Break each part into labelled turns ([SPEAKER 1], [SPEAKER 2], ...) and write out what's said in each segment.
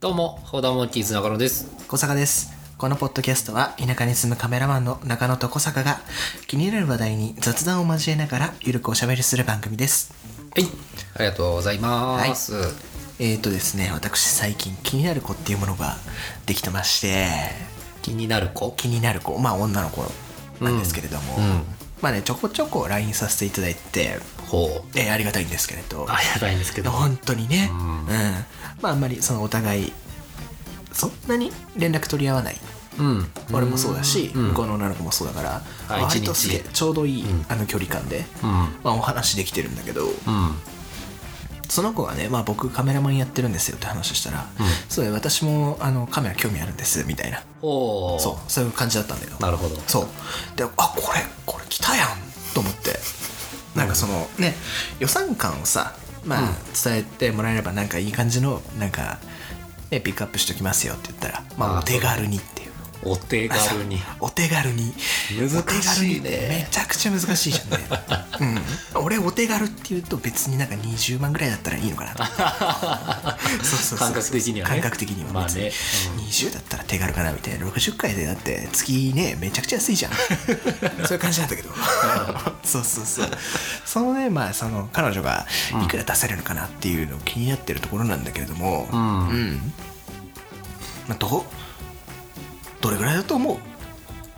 [SPEAKER 1] どうも、ホーダーモンキーズ中野です。
[SPEAKER 2] 小坂です。このポッドキャストは田舎に住むカメラマンの中野と小坂が気になる話題に雑談を交えながらゆるくおしゃべりする番組です。
[SPEAKER 1] はい、ありがとうございます。
[SPEAKER 2] えーとですね、私最近気になる子っていうものができてまして、
[SPEAKER 1] 気になる子
[SPEAKER 2] 気になる子、まあ女の子なんですけれども、
[SPEAKER 1] うんうん
[SPEAKER 2] まあね、ちょこちょこ LINE させていただいて、
[SPEAKER 1] ほう。
[SPEAKER 2] えーありがたいんですけれど、
[SPEAKER 1] ありがたいんですけど。
[SPEAKER 2] 本当にね、
[SPEAKER 1] う
[SPEAKER 2] うんんまああんまりそのお互いそんなに連絡取り合わない
[SPEAKER 1] うん。
[SPEAKER 2] 俺もそうだし、
[SPEAKER 1] うん
[SPEAKER 2] 向こうの女の子もそうだから、
[SPEAKER 1] あ
[SPEAKER 2] 割と
[SPEAKER 1] 一
[SPEAKER 2] す
[SPEAKER 1] 日
[SPEAKER 2] げえちょうどいい、
[SPEAKER 1] うん
[SPEAKER 2] あの距離感で、
[SPEAKER 1] うん。
[SPEAKER 2] まあ、お話できてるんだけど
[SPEAKER 1] うん。
[SPEAKER 2] その子がね、まあ、僕カメラマンやってるんですよって話をしたら、
[SPEAKER 1] うん
[SPEAKER 2] そうだよ私もあのカメラ興味あるんですみたいな
[SPEAKER 1] ほう。
[SPEAKER 2] そうそういう感じだったんだよ
[SPEAKER 1] なるほど。
[SPEAKER 2] そうであこれこれ来たやんと思ってなんかそのね予算感をさまあ
[SPEAKER 1] うん
[SPEAKER 2] 伝えてもらえればなんかいい感じのなんか、ね、ピックアップしときますよって言ったらま
[SPEAKER 1] あー
[SPEAKER 2] あお手軽にっていう
[SPEAKER 1] お手軽 に。
[SPEAKER 2] お手軽に
[SPEAKER 1] 難しいね
[SPEAKER 2] お手軽にってめちゃくちゃ難しいじゃんね、 うん、俺お手軽っていうと別になんか20万ぐらいだったらいいのかなとそうそうそう
[SPEAKER 1] 感覚的にはね
[SPEAKER 2] 感覚的には
[SPEAKER 1] まあ
[SPEAKER 2] 別に、
[SPEAKER 1] ねうん
[SPEAKER 2] 20だったら手軽かなみたいな60回でだって月ねめちゃくちゃ安 いじゃんそういう感じなんだけどそうそうそうそのねまあその彼女がいくら出せるのかなっていうのを気になってるところなんだけれども
[SPEAKER 1] う、ん。
[SPEAKER 2] うんまあ、どうどれぐらいだと思う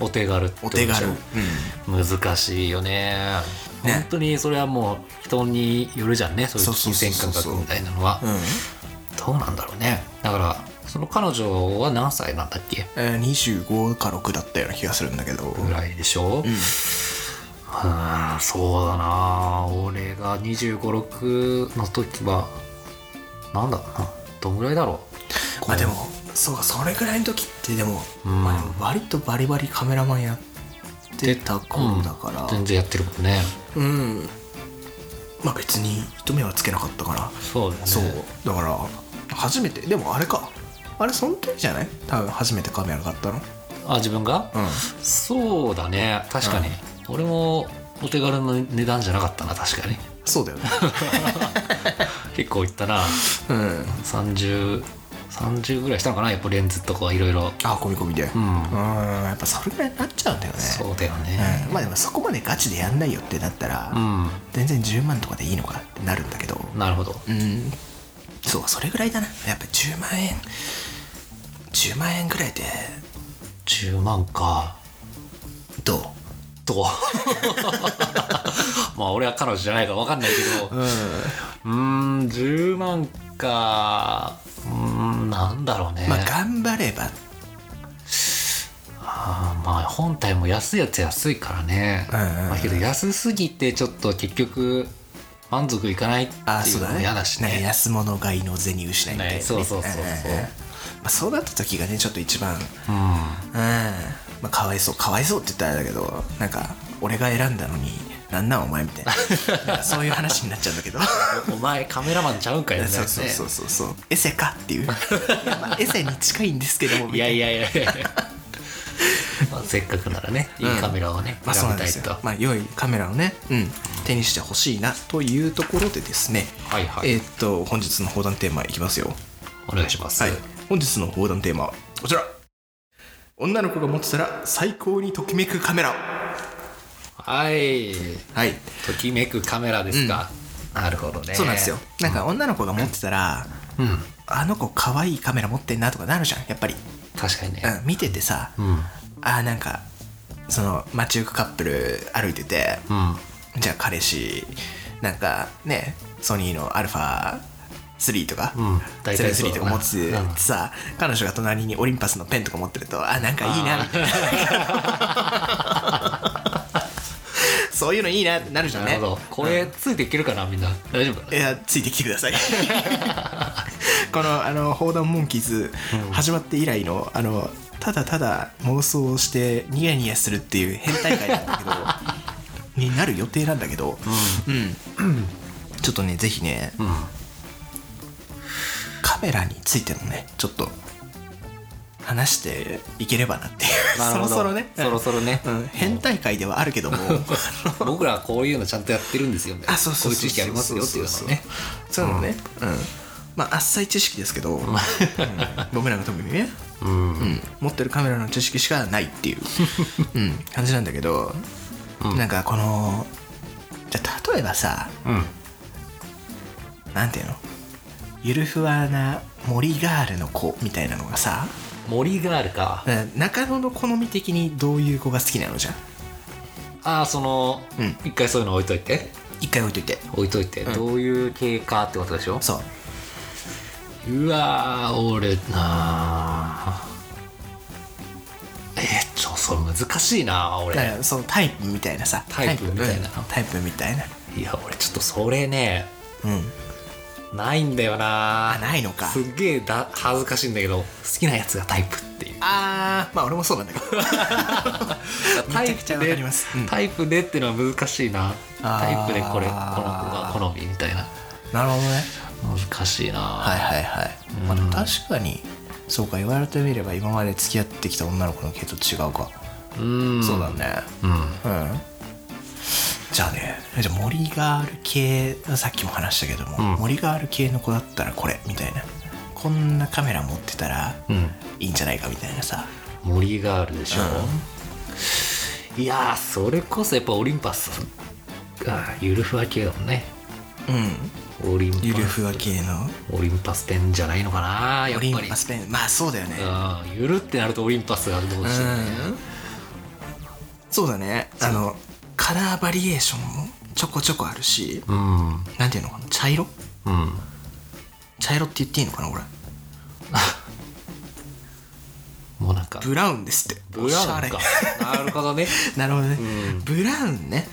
[SPEAKER 1] お手軽ってこ
[SPEAKER 2] お
[SPEAKER 1] とで
[SPEAKER 2] 手
[SPEAKER 1] しょ
[SPEAKER 2] 軽、
[SPEAKER 1] 難しいよね
[SPEAKER 2] ね
[SPEAKER 1] 本当にそれはもう人によるじゃんねそういう
[SPEAKER 2] そう
[SPEAKER 1] 金
[SPEAKER 2] そ
[SPEAKER 1] 銭
[SPEAKER 2] うそう
[SPEAKER 1] 感
[SPEAKER 2] そう
[SPEAKER 1] 覚みたいなのは
[SPEAKER 2] うん、
[SPEAKER 1] どうなんだろうねだからその彼女は何歳なんだっけ
[SPEAKER 2] えー25か6だったような気がするんだけど、
[SPEAKER 1] ぐらいでしょ、
[SPEAKER 2] うん
[SPEAKER 1] うーんそうだな俺が2 5 6の時はなんだろうなどんぐらいだろう
[SPEAKER 2] まあでもそうかそれぐらいの時ってでも、
[SPEAKER 1] うん
[SPEAKER 2] まあ割とバリバリカメラマンやってた頃だから
[SPEAKER 1] 全然やってるもんね
[SPEAKER 2] うん、まあ別に一目はつけなかったから、
[SPEAKER 1] そうだね
[SPEAKER 2] そうだから初めてでもあれかあれその時じゃない多分初めてカメラ買ったの
[SPEAKER 1] あ自分が、
[SPEAKER 2] うん
[SPEAKER 1] そうだね確かに、俺もお手軽の値段じゃなかったな確かに
[SPEAKER 2] そ うだよね
[SPEAKER 1] 結構いったな
[SPEAKER 2] うん
[SPEAKER 1] 3030ぐらいしたのかなやっぱレンズとかいろいろ
[SPEAKER 2] あ込み込みで
[SPEAKER 1] う
[SPEAKER 2] うん
[SPEAKER 1] ん
[SPEAKER 2] やっぱそれぐらいになっちゃうんだよね
[SPEAKER 1] そうだよね
[SPEAKER 2] うんまあでもそこまでガチでやんないよってなったら、
[SPEAKER 1] うん、
[SPEAKER 2] 全然10万とかでいいのかってなるんだけど
[SPEAKER 1] なるほど
[SPEAKER 2] うんそうそれぐらいだなやっぱ10万円10万円ぐらいで
[SPEAKER 1] 10万か
[SPEAKER 2] どう
[SPEAKER 1] と まあ俺は彼女じゃないから分かんないけどうーん10万かうーんなんだろうね、
[SPEAKER 2] まあ頑張れば
[SPEAKER 1] あーまあ本体も安いやつ安いからね、
[SPEAKER 2] うんうんうん
[SPEAKER 1] まあ、けど安すぎてちょっと結局満足いかないって
[SPEAKER 2] あ
[SPEAKER 1] い
[SPEAKER 2] そう
[SPEAKER 1] うの
[SPEAKER 2] だ
[SPEAKER 1] も
[SPEAKER 2] ね
[SPEAKER 1] 嫌だし
[SPEAKER 2] なんか
[SPEAKER 1] ね
[SPEAKER 2] 安物買いの銭失いみたいな、
[SPEAKER 1] ねそうそうそうそうん
[SPEAKER 2] んんまあ、そうなった時がねちょっと一番
[SPEAKER 1] うん
[SPEAKER 2] うんまあかわいそうかわいそうって言ったらあれだけどなんか俺が選んだのになんなんお前みたいななんかそういう話になっちゃうんだ けど
[SPEAKER 1] お前カメラマンちゃうんかよね
[SPEAKER 2] そうそうそうそうそうエセかって いういやまあエセに近いんですけども
[SPEAKER 1] いやい
[SPEAKER 2] や
[SPEAKER 1] やいやい やまあせっかくならねいいカメラをね、
[SPEAKER 2] まあそう
[SPEAKER 1] 選
[SPEAKER 2] な
[SPEAKER 1] びた
[SPEAKER 2] んで
[SPEAKER 1] い
[SPEAKER 2] すよ
[SPEAKER 1] と、
[SPEAKER 2] まあ良いカメラをね、うん、手にしてほしいなというところでですね
[SPEAKER 1] はいはい
[SPEAKER 2] えーっと本日の放談テーマいきますよ
[SPEAKER 1] お願いします、
[SPEAKER 2] はい本日の放談テーマはこちら女の子が持ってたら最高にときめくカメラ
[SPEAKER 1] はい
[SPEAKER 2] はい
[SPEAKER 1] ときめくカメラですか、なるほどね
[SPEAKER 2] そうなんですよなんか女の子が持ってたら、
[SPEAKER 1] うん
[SPEAKER 2] あの子可愛いカメラ持ってんなとかなるじゃんやっぱり、
[SPEAKER 1] 確かにね
[SPEAKER 2] うん、見ててさ、
[SPEAKER 1] うんうん
[SPEAKER 2] あーなんかその街行くカップル歩いててじゃあ彼氏なんかねソニーの α3 とか、
[SPEAKER 1] うん大体そう
[SPEAKER 2] 3
[SPEAKER 1] だ
[SPEAKER 2] と
[SPEAKER 1] な
[SPEAKER 2] か持つ
[SPEAKER 1] うん
[SPEAKER 2] さ彼女が隣にオリンパスのペンとか持ってるとあなんかいい
[SPEAKER 1] あ
[SPEAKER 2] な
[SPEAKER 1] ー
[SPEAKER 2] みたいな そういうのいいなってなるじゃん
[SPEAKER 1] なる
[SPEAKER 2] ね
[SPEAKER 1] ほどこれついていけるかなみんな大丈夫
[SPEAKER 2] いやついてきてください このあの「砲弾モンキーズ」始まって以来のあのただただ妄想をしてニヤニヤするっていう変態会なんだけ どになる予定なんだけど、うん ちょっとねぜひね
[SPEAKER 1] うん
[SPEAKER 2] カメラについてのねちょっと話していければなっていう
[SPEAKER 1] な
[SPEAKER 2] そ
[SPEAKER 1] るほ
[SPEAKER 2] ろ
[SPEAKER 1] ど
[SPEAKER 2] そろね
[SPEAKER 1] そろそろね
[SPEAKER 2] うん、変態会ではあるけ ども
[SPEAKER 1] 僕らはこういうのちゃんとやってるんですよね
[SPEAKER 2] あそうそうそ
[SPEAKER 1] こうい
[SPEAKER 2] う
[SPEAKER 1] う地域ありますよっていうのをね
[SPEAKER 2] そういうのね、うんまあ浅い知識です けど、うん僕らが特にね、
[SPEAKER 1] うんう
[SPEAKER 2] うんん、持ってるカメラの知識しかないって いう、うん、感じなんだけど、なんかこのじゃあ例えばさなんていうのゆるふわな森ガールの子みたいなのがさ
[SPEAKER 1] 森ガールか
[SPEAKER 2] だから中野の好み的にどういう子が好きなのじゃん
[SPEAKER 1] ああその、
[SPEAKER 2] うん
[SPEAKER 1] 一回そういうの置いといて
[SPEAKER 2] 一回置いといて
[SPEAKER 1] 置いといて、
[SPEAKER 2] うん
[SPEAKER 1] どういう系かってことでしょ
[SPEAKER 2] そう
[SPEAKER 1] うわー俺なあえー、ちょそれ難しいな
[SPEAKER 2] だか
[SPEAKER 1] 俺
[SPEAKER 2] らそのタイプみたいなさ
[SPEAKER 1] タイプみたいな
[SPEAKER 2] うんタイプみたいない
[SPEAKER 1] や俺ちょっとそれね
[SPEAKER 2] うん
[SPEAKER 1] ないんだよな
[SPEAKER 2] あないのか
[SPEAKER 1] すっげえだ恥ずかしいんだけど好きなやつがタイプっていう
[SPEAKER 2] あーまあ俺もそうなんだ けど
[SPEAKER 1] タイ
[SPEAKER 2] めちゃくちゃ
[SPEAKER 1] プ
[SPEAKER 2] わか
[SPEAKER 1] で
[SPEAKER 2] りますうん
[SPEAKER 1] タイプでっていうのは難しいな
[SPEAKER 2] あ
[SPEAKER 1] タ
[SPEAKER 2] ー
[SPEAKER 1] イプでこれこの子が好みみたいな
[SPEAKER 2] なるほどね
[SPEAKER 1] 難しいな
[SPEAKER 2] はいはいはい、まあ、でも確かにそうか言われてみれば今まで付き合ってきた女の子の系と違うか、
[SPEAKER 1] うん
[SPEAKER 2] そうだね
[SPEAKER 1] うん
[SPEAKER 2] うんじゃあねじゃあ森ガール系さっきも話したけども、
[SPEAKER 1] うん
[SPEAKER 2] 森ガール系の子だったらこれみたいなこんなカメラ持ってたら
[SPEAKER 1] うん
[SPEAKER 2] いいんじゃないかみたいなさ
[SPEAKER 1] 森があるでしょ、いやーそれこそやっぱオリンパスがゆるふわ系だもんね
[SPEAKER 2] うん
[SPEAKER 1] オリンパ
[SPEAKER 2] ゆるふわ系の
[SPEAKER 1] オリンパス店じゃないのかなや
[SPEAKER 2] オ
[SPEAKER 1] っぱり
[SPEAKER 2] リンパスペンまあそうだよね
[SPEAKER 1] うんゆるってなるとオリンパスがどうしてもね
[SPEAKER 2] うんそうだねあのカラーバリエーションもちょこちょこあるし
[SPEAKER 1] うん
[SPEAKER 2] なんていうのかな茶色
[SPEAKER 1] うん
[SPEAKER 2] 茶色って言っていいのかなこれ
[SPEAKER 1] もうなんか
[SPEAKER 2] ブラウンですって
[SPEAKER 1] ブラウンか
[SPEAKER 2] おしゃ
[SPEAKER 1] なるほどね
[SPEAKER 2] れなるほどね、ブラウンね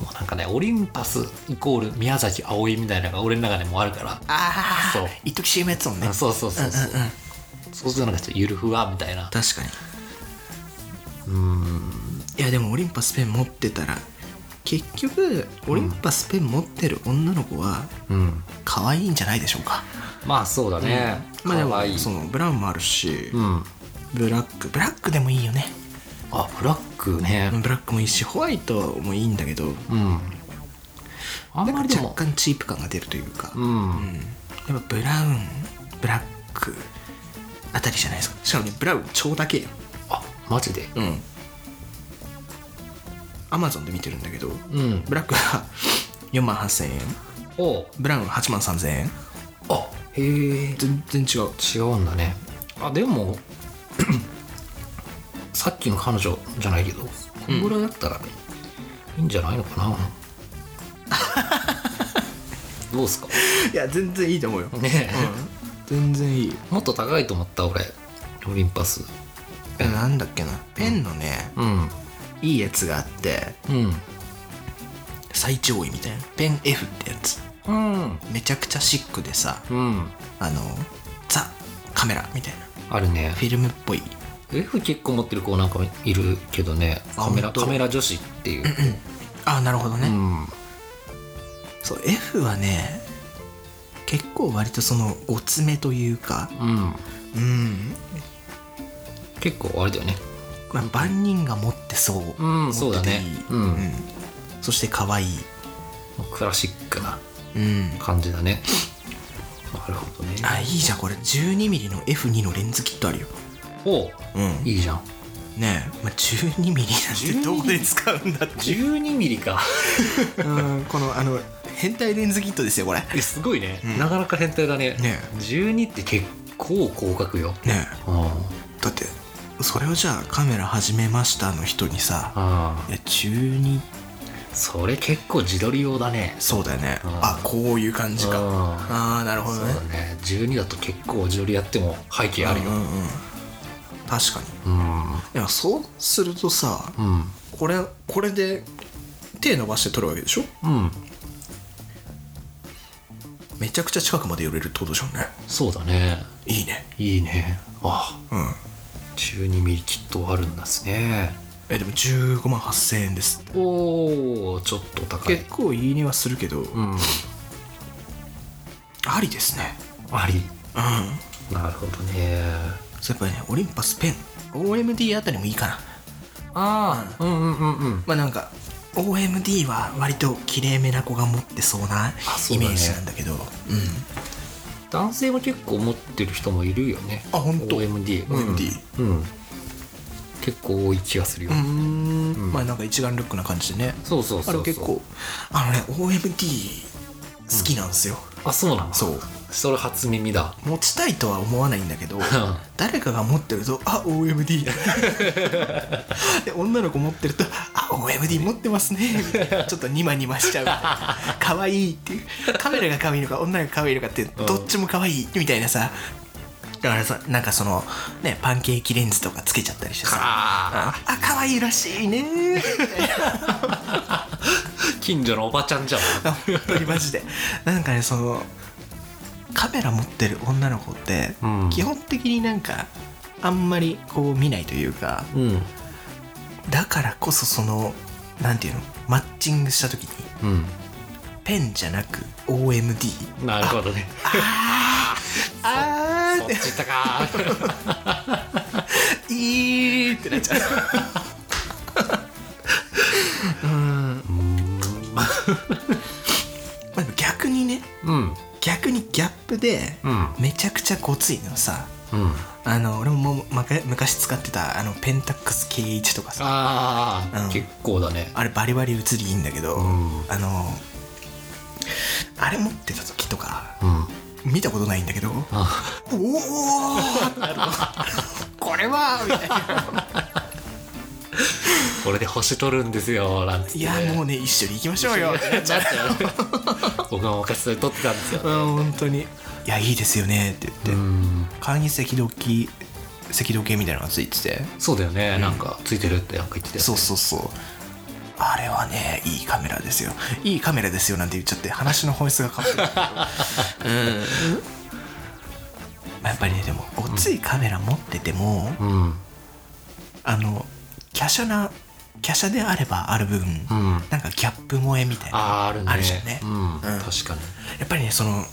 [SPEAKER 1] もうなんかねオリンパスイコール宮崎あおいみたいなのが俺の中でもあるから
[SPEAKER 2] ああ
[SPEAKER 1] そう
[SPEAKER 2] 一時 CM やってたもんね
[SPEAKER 1] あそうそうそうそう,、
[SPEAKER 2] うんうん
[SPEAKER 1] そうするとなんかちょっとゆるふわみたいな
[SPEAKER 2] 確かに
[SPEAKER 1] うん
[SPEAKER 2] いやでもオリンパスペン持ってたら結局オリンパスペン持ってる女の子は
[SPEAKER 1] うん
[SPEAKER 2] 可愛いんじゃないでしょうか、
[SPEAKER 1] まあそうだね、
[SPEAKER 2] まあで
[SPEAKER 1] かわい
[SPEAKER 2] も
[SPEAKER 1] い
[SPEAKER 2] そうのブラウンもあるし、
[SPEAKER 1] ん
[SPEAKER 2] ブラックブラックでもいいよね
[SPEAKER 1] あブラックね
[SPEAKER 2] ブラックもいいしホワイトもいいんだけど
[SPEAKER 1] うんあん
[SPEAKER 2] な
[SPEAKER 1] ま
[SPEAKER 2] ん
[SPEAKER 1] り
[SPEAKER 2] か
[SPEAKER 1] でも
[SPEAKER 2] 若干チープ感が出るというか、
[SPEAKER 1] うん
[SPEAKER 2] やっぱブラウンブラックあたりじゃないですかしかもねブラウン超だけよ
[SPEAKER 1] あマジで
[SPEAKER 2] うんアマゾンで見てるんだけど、
[SPEAKER 1] うん
[SPEAKER 2] ブラックは4万8000円
[SPEAKER 1] おう
[SPEAKER 2] ブラウン8万3000円
[SPEAKER 1] あへえ
[SPEAKER 2] 全然違う
[SPEAKER 1] 違うんだねあでも さっきの彼女じゃないけどこんぐらいだったら、いいんじゃないの かなどうですか
[SPEAKER 2] いや全然いいと思うよ、
[SPEAKER 1] ね
[SPEAKER 2] 全然いい、
[SPEAKER 1] もっと高いと思った俺オリンパス
[SPEAKER 2] えなんだっけなペンのね、
[SPEAKER 1] うん
[SPEAKER 2] いいやつがあって
[SPEAKER 1] うん
[SPEAKER 2] 最上位みたいなペン F ってやつ
[SPEAKER 1] うん
[SPEAKER 2] めちゃくちゃシックでさ
[SPEAKER 1] うん
[SPEAKER 2] あのザカメラみたいな
[SPEAKER 1] あるね
[SPEAKER 2] フィルムっぽい
[SPEAKER 1] F 結構持ってる子なんかいるけどね
[SPEAKER 2] あ
[SPEAKER 1] カメラ
[SPEAKER 2] 本当
[SPEAKER 1] カメラ女子っていう
[SPEAKER 2] あなるほどね、
[SPEAKER 1] うん
[SPEAKER 2] そう F はね結構割とそのおつめというか
[SPEAKER 1] うん
[SPEAKER 2] うん、
[SPEAKER 1] 結構あれだよね
[SPEAKER 2] まあ、万人が持ってそう、
[SPEAKER 1] うんそうだね
[SPEAKER 2] 持っててい
[SPEAKER 1] う
[SPEAKER 2] い
[SPEAKER 1] ん
[SPEAKER 2] そして可愛い
[SPEAKER 1] クラシックな
[SPEAKER 2] うん
[SPEAKER 1] 感じだねなるほどね
[SPEAKER 2] あいいじゃんこれ 12mm の F2 のレンズキットあるよ
[SPEAKER 1] お
[SPEAKER 2] うん
[SPEAKER 1] いいじゃん
[SPEAKER 2] ねえ、まあ、12mm なんてどこで使うんだって
[SPEAKER 1] 12ミリ か
[SPEAKER 2] うんこのあの変態レンズキットですよこれね
[SPEAKER 1] えすごいね、
[SPEAKER 2] うん
[SPEAKER 1] なかなか変態だね
[SPEAKER 2] ね
[SPEAKER 1] 12って結構広角よ
[SPEAKER 2] え
[SPEAKER 1] うん
[SPEAKER 2] だってそれをじゃあカメラ始めましたの人にさ
[SPEAKER 1] あ
[SPEAKER 2] いや12
[SPEAKER 1] あそれ結構自撮り用だね
[SPEAKER 2] そうだよね
[SPEAKER 1] うん
[SPEAKER 2] あこういう感じか
[SPEAKER 1] あ
[SPEAKER 2] ああなるほど
[SPEAKER 1] そう
[SPEAKER 2] ね
[SPEAKER 1] だね12だと結構自撮りやっても背景あるよ
[SPEAKER 2] うんうんうん確かに
[SPEAKER 1] うん
[SPEAKER 2] でもそうするとさ
[SPEAKER 1] うん
[SPEAKER 2] これこれで手伸ばして撮るわけでしょ
[SPEAKER 1] うん
[SPEAKER 2] めちゃくちゃ近くまで寄れるってことでしょうね
[SPEAKER 1] そうだね
[SPEAKER 2] いいね
[SPEAKER 1] いいねあ
[SPEAKER 2] うん
[SPEAKER 1] 12ミリきっとあるんですね
[SPEAKER 2] えでも15万8000円ですって
[SPEAKER 1] おおちょっと高い
[SPEAKER 2] 結構いいねはするけど、
[SPEAKER 1] うん
[SPEAKER 2] ありですね
[SPEAKER 1] あり
[SPEAKER 2] うん
[SPEAKER 1] なるほどね
[SPEAKER 2] そうやっぱりねオリンパスペン OMD あたりもいいかな
[SPEAKER 1] ああうんうんうんうん
[SPEAKER 2] まあなんか OMD は割ときれいめな子が持ってそうな
[SPEAKER 1] あそ
[SPEAKER 2] イ
[SPEAKER 1] うだね
[SPEAKER 2] メージなんだけどう
[SPEAKER 1] 男性も結構持ってる人もいるよね
[SPEAKER 2] あ本当
[SPEAKER 1] OMD うん
[SPEAKER 2] OMD
[SPEAKER 1] うん結構多い気がするよ、
[SPEAKER 2] うーんまあなんか一眼ルックな感じでね
[SPEAKER 1] そうそうそう
[SPEAKER 2] あ
[SPEAKER 1] そう
[SPEAKER 2] れ結構あのね OMD 好きなんですよ、
[SPEAKER 1] あそうなの
[SPEAKER 2] そう
[SPEAKER 1] それ初耳だ
[SPEAKER 2] 持ちたいとは思わないんだ けど誰かが持ってるとあ OMD だ で女の子持ってるとあ OMD 持ってますねみたいなちょっとニマニマしちゃうみたい な可愛いっていうカメラが可愛いのか女が可愛いのかってどっちも可愛いみたいなさだからさなんかそのねパンケーキレンズとかつけちゃったりしてさ
[SPEAKER 1] あ
[SPEAKER 2] あ可愛いらしいねみたいな
[SPEAKER 1] ー近所のおばちゃんじゃん
[SPEAKER 2] 本当にマジでなんかねそのカメラ持ってる女の子って、
[SPEAKER 1] うん
[SPEAKER 2] 基本的になんかあんまりこう見ないというか
[SPEAKER 1] うん
[SPEAKER 2] だからこそそのなんていうのマッチングした時に
[SPEAKER 1] う
[SPEAKER 2] ペンじゃなく OMD
[SPEAKER 1] んなるほどね
[SPEAKER 2] あ
[SPEAKER 1] そっち行ったか
[SPEAKER 2] ーいいってなっちゃう まあでも逆にね
[SPEAKER 1] うん
[SPEAKER 2] 逆にギャップで
[SPEAKER 1] うん
[SPEAKER 2] めちゃくちゃごついのさ
[SPEAKER 1] うん
[SPEAKER 2] あの俺ももうまか昔使ってたあのペンタックス K1 とかさ
[SPEAKER 1] ああ、
[SPEAKER 2] うん
[SPEAKER 1] 結構だね
[SPEAKER 2] あれバリバリ写りいいんだけど、
[SPEAKER 1] ん
[SPEAKER 2] あのあれ持ってた時とか
[SPEAKER 1] うん
[SPEAKER 2] 見たことないんだけど
[SPEAKER 1] あ
[SPEAKER 2] おおーってなるのこれはみたい な
[SPEAKER 1] これで星取るんですよなんつって
[SPEAKER 2] い
[SPEAKER 1] ね、
[SPEAKER 2] やもうね一緒に行きましょ うよってなっちゃう
[SPEAKER 1] 僕が昔それ取ってたんですよ
[SPEAKER 2] うん本当にいやいいですよねって
[SPEAKER 1] う
[SPEAKER 2] 言って
[SPEAKER 1] ん
[SPEAKER 2] 簡易赤道機赤道計みたいなのがついてて
[SPEAKER 1] そうだよね、なんかついてるってなんか言ってたよ
[SPEAKER 2] そうそうそうあれはねいいカメラですよいいカメラですよなんて言っちゃって話の本質が変わってくるうんやっぱりねでもごついカメラ持ってても、
[SPEAKER 1] うん
[SPEAKER 2] あの華奢な華奢であればある分、
[SPEAKER 1] うん
[SPEAKER 2] なんかギャップ萌えみたい
[SPEAKER 1] あー
[SPEAKER 2] な
[SPEAKER 1] あるね
[SPEAKER 2] あるじゃんね、
[SPEAKER 1] うん、
[SPEAKER 2] うん
[SPEAKER 1] 確かに
[SPEAKER 2] やっぱりねその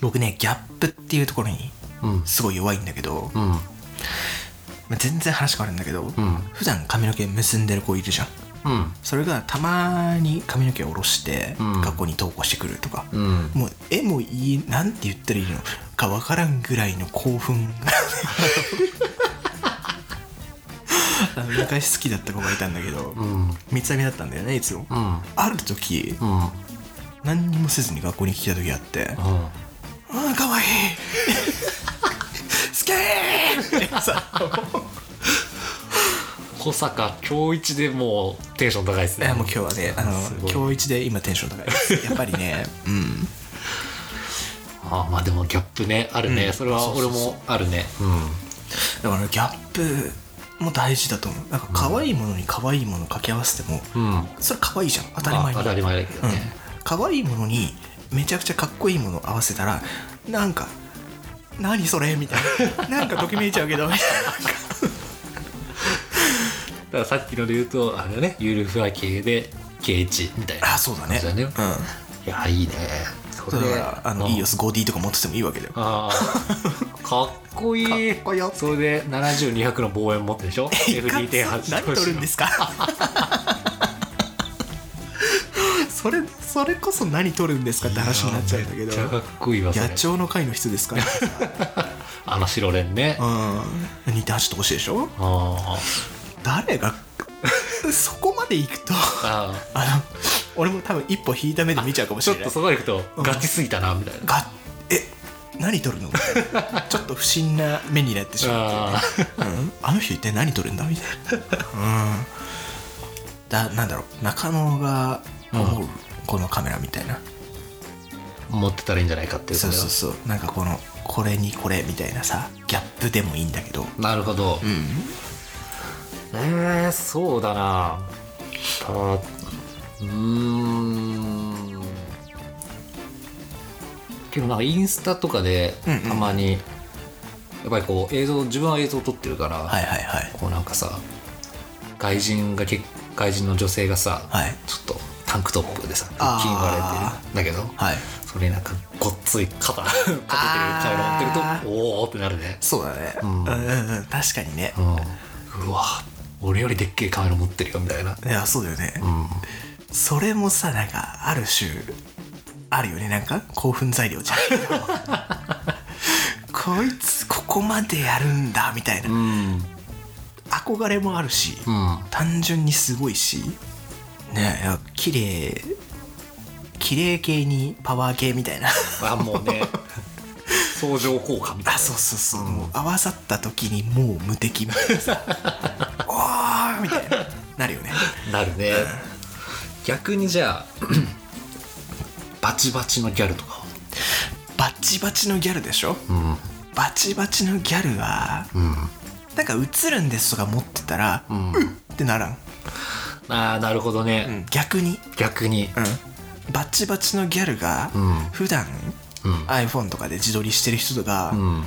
[SPEAKER 2] 僕ねギャップっていうところに
[SPEAKER 1] うん
[SPEAKER 2] すごい弱いんだけど、
[SPEAKER 1] うん
[SPEAKER 2] まあ全然話変わるんだけど、
[SPEAKER 1] ん
[SPEAKER 2] 普段髪の毛結んでる子いるじゃん
[SPEAKER 1] うん
[SPEAKER 2] それがたまに髪の毛を下ろして
[SPEAKER 1] うん
[SPEAKER 2] 学校に登校してくるとか、
[SPEAKER 1] うん
[SPEAKER 2] もう絵もいいなんて言ったらいいのか分からんぐらいの興奮があの昔好きだった子がいたんだけど、
[SPEAKER 1] うん
[SPEAKER 2] 三つ編みだったんだよねいつも、
[SPEAKER 1] うん
[SPEAKER 2] ある時
[SPEAKER 1] うん
[SPEAKER 2] 何にもせずに学校に来た時あって、
[SPEAKER 1] うん
[SPEAKER 2] あーかわいい好きーってさ
[SPEAKER 1] 小坂恭一でもうテンション高いです
[SPEAKER 2] い
[SPEAKER 1] ね
[SPEAKER 2] やもう今日はねあ
[SPEAKER 1] すご
[SPEAKER 2] の
[SPEAKER 1] い
[SPEAKER 2] 今日一で今テンション高いですやっぱりねうん
[SPEAKER 1] あーまあでもギャップねあるね、
[SPEAKER 2] うん
[SPEAKER 1] それは俺
[SPEAKER 2] そうそう
[SPEAKER 1] もあるね
[SPEAKER 2] だからギャップも大事だと思うなんか可愛いものに可愛いものを掛け合わせても、
[SPEAKER 1] うんうん
[SPEAKER 2] それ可愛いじゃん当たり前に、
[SPEAKER 1] まあ当たり前だけど
[SPEAKER 2] うん
[SPEAKER 1] ね、
[SPEAKER 2] 可愛いものにめちゃくちゃかっこいいものを合わせたらなんか「何それ?」みたい ななんかときめいちゃうけどみたい
[SPEAKER 1] だからさっきので言うとあれだねゆるふわ系で圭一みたいな
[SPEAKER 2] なあそうだね
[SPEAKER 1] そうだね
[SPEAKER 2] う
[SPEAKER 1] い
[SPEAKER 2] ん、
[SPEAKER 1] やいいねそ
[SPEAKER 2] だからあの
[SPEAKER 1] うん
[SPEAKER 2] いいよ 5D とか持っててもいいわけだ よ
[SPEAKER 1] あーかっこいい
[SPEAKER 2] かっこよ
[SPEAKER 1] それで70200の望遠持ってるでし ょ FD.8
[SPEAKER 2] 何撮るんですか それそれこそ何撮るんですかって話になっちゃうんだけ
[SPEAKER 1] めっちゃか
[SPEAKER 2] ど
[SPEAKER 1] っこいいわそれ
[SPEAKER 2] 野鳥の会の人ですか、ね、
[SPEAKER 1] あの白蓮ね、あ
[SPEAKER 2] うん似て走ってほしいでしょ
[SPEAKER 1] あ
[SPEAKER 2] 誰が そこまで行くと
[SPEAKER 1] ああ
[SPEAKER 2] あの俺も多分一歩引いた目で見ちゃうかもし
[SPEAKER 1] ちょっ
[SPEAKER 2] れない
[SPEAKER 1] とそこ行くとガチすぎたなみたいな
[SPEAKER 2] がえ何撮るのみ たいなちょっと不審な目になってしまう
[SPEAKER 1] あ
[SPEAKER 2] っていうね、うん、あの人一体何撮るんだみたいな、うん、だなんだろう中野が思う、このカメラみたいな
[SPEAKER 1] ー持ってたらいいんじゃないかっていう
[SPEAKER 2] そうそ
[SPEAKER 1] そ
[SPEAKER 2] うそうなんかこのこれにこれみたいなさギャップでもいいんだけど
[SPEAKER 1] れはなるほど、
[SPEAKER 2] うん
[SPEAKER 1] えー、そうだなたうーんけどなんかインスタとかで
[SPEAKER 2] うんうん
[SPEAKER 1] たまに、やっぱりこう映像自分は映像撮ってるから、
[SPEAKER 2] はいはいはい
[SPEAKER 1] こうなんかさ外人がけ外人の女性がさ、
[SPEAKER 2] はい
[SPEAKER 1] ちょっとタンクトップでさ腹筋割
[SPEAKER 2] あ
[SPEAKER 1] れてるんだけど
[SPEAKER 2] はい
[SPEAKER 1] それになんかごっつい 肩かけてるカメラ持ってるとおおってなるね
[SPEAKER 2] そうだね、
[SPEAKER 1] うん
[SPEAKER 2] うんうんうん確かにね
[SPEAKER 1] う、んうわ俺よりでっけえカメラ持ってるよみたいな、
[SPEAKER 2] いやそうだよね、
[SPEAKER 1] うん、
[SPEAKER 2] それもさなんかある種あるよねなんか興奮材料じゃ んこいつここまでやるんだみたいな
[SPEAKER 1] うん
[SPEAKER 2] 憧れもあるし、
[SPEAKER 1] うん
[SPEAKER 2] 単純にすごいしねえいや綺麗綺麗系にパワー系みたいな
[SPEAKER 1] あもう ね相乗効果みたい
[SPEAKER 2] あそうそうそう、もう合わさった時にもう無敵 みたいなさおーみたいななるよね
[SPEAKER 1] ななるね逆にじゃあ バチバチのギャルとか
[SPEAKER 2] バチバチのギャルでしょ、
[SPEAKER 1] うん
[SPEAKER 2] バチバチのギャルは
[SPEAKER 1] うん
[SPEAKER 2] なんか映るんですとか持ってたら、う
[SPEAKER 1] うん
[SPEAKER 2] ってならん、
[SPEAKER 1] ああなるほどね、
[SPEAKER 2] 逆に、
[SPEAKER 1] 逆に
[SPEAKER 2] うん、バチバチのギャルが、
[SPEAKER 1] ん
[SPEAKER 2] 普段、
[SPEAKER 1] うん
[SPEAKER 2] iPhone とかで自撮りしてる人が、
[SPEAKER 1] うん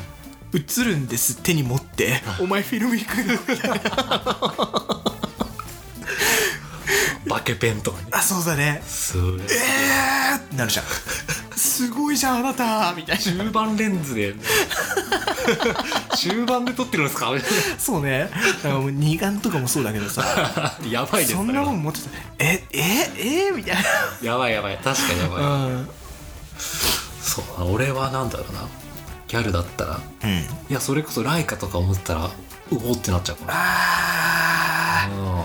[SPEAKER 2] 映るんです手に持って「お前フィルム行くの?」みたいな
[SPEAKER 1] バケペンとかね
[SPEAKER 2] あそうだね
[SPEAKER 1] それ
[SPEAKER 2] えーってなるじゃんすごいじゃんあなたみたい
[SPEAKER 1] 中盤レンズで 中盤で撮ってるんですか
[SPEAKER 2] なそうねだからもう二眼とかもそうだけどさ
[SPEAKER 1] やばいです
[SPEAKER 2] そんなもん持ってたえええみたい
[SPEAKER 1] やばいやばい確かにやばい、
[SPEAKER 2] なうん、うん、
[SPEAKER 1] そうだな俺はなんだろうなギャルだったらいやそれこそライカとか思ってたらうおってなっちゃうか
[SPEAKER 2] あ
[SPEAKER 1] ら、う
[SPEAKER 2] ー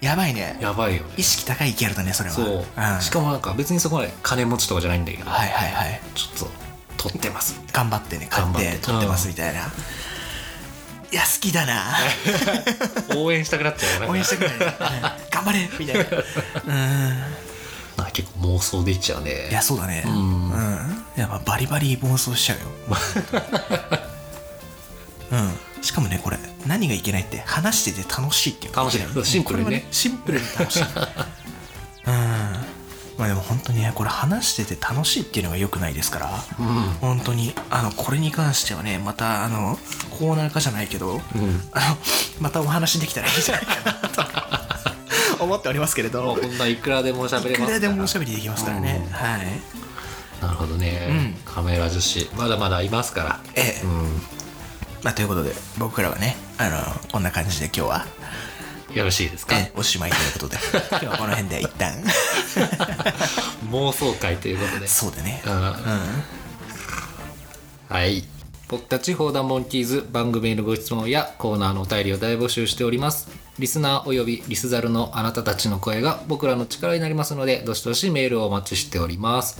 [SPEAKER 2] やばいね
[SPEAKER 1] ん、やばいよね
[SPEAKER 2] 意識高いギャルだねそれは
[SPEAKER 1] そう、
[SPEAKER 2] ん、
[SPEAKER 1] しかもなんか別にそこまで金持ちとかじゃないんだけど、
[SPEAKER 2] はいはいはい
[SPEAKER 1] ちょっと撮ってます
[SPEAKER 2] 頑張ってね買っ
[SPEAKER 1] 頑張ってて
[SPEAKER 2] 撮ってますみたいな、いや好きだな
[SPEAKER 1] 応援したくなっちゃうよね
[SPEAKER 2] 応援した くない、うん頑張れみたいなうん
[SPEAKER 1] なんか結構妄想できちゃうね
[SPEAKER 2] いやそうだねうんん、いやまあバリバリ暴走しちゃうよ うんしかもねこれ何がいけないって話してて楽しいっていうのがけな
[SPEAKER 1] 楽しいそうシンプルにね
[SPEAKER 2] これはシンプルに楽し いうんまあでも本当にねこれ話してて楽しいっていうのが良くないですから
[SPEAKER 1] うん
[SPEAKER 2] 本当にあのこれに関してはねまたあのコーナー化じゃないけど、
[SPEAKER 1] うん
[SPEAKER 2] あのまたお話できたらいいんじゃないかなと思っておりますけれ
[SPEAKER 1] まあ
[SPEAKER 2] ど
[SPEAKER 1] こんないくらでも喋れます
[SPEAKER 2] い
[SPEAKER 1] か
[SPEAKER 2] く
[SPEAKER 1] ら
[SPEAKER 2] らでもおしゃべりできますからね、はい
[SPEAKER 1] なるほどね、
[SPEAKER 2] うん
[SPEAKER 1] カメラ女子まだまだいますから
[SPEAKER 2] ええ
[SPEAKER 1] う
[SPEAKER 2] まあ、ということで僕らはねあのこんな感じで今日は、
[SPEAKER 1] んよろしいですか、
[SPEAKER 2] ええおしまいという ことで今日はこの辺で一 旦
[SPEAKER 1] 妄想会ということで
[SPEAKER 2] そうだね
[SPEAKER 1] うんはい僕たち砲弾モンキーズ番組へのご質問やコーナーのお便りを大募集しておりますリスナーおよびリスザルのあなたたちの声が僕らの力になりますのでどしどしメールをお待ちしております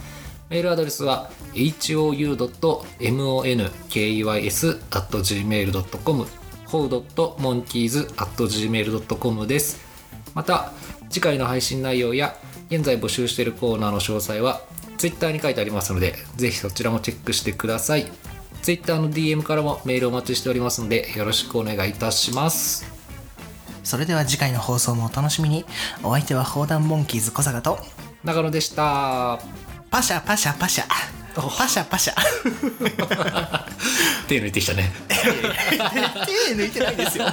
[SPEAKER 1] メールアドレスは hou.monkeys.gmail.com how.monkeys.gmail.com ですまた次回の配信内容や現在募集しているコーナーの詳細は Twitter に書いてありますのでぜひそちらもチェックしてください Twitter の DM からもメールをお待ちしておりますのでよろしくお願いいたします
[SPEAKER 2] それでは次回の放送もお楽しみにお相手は砲弾モンキーズ小坂と
[SPEAKER 1] 長野でした
[SPEAKER 2] パシャパシャパシャパシャパシ ャ
[SPEAKER 1] 手抜いてきたね
[SPEAKER 2] 手抜いてないですよ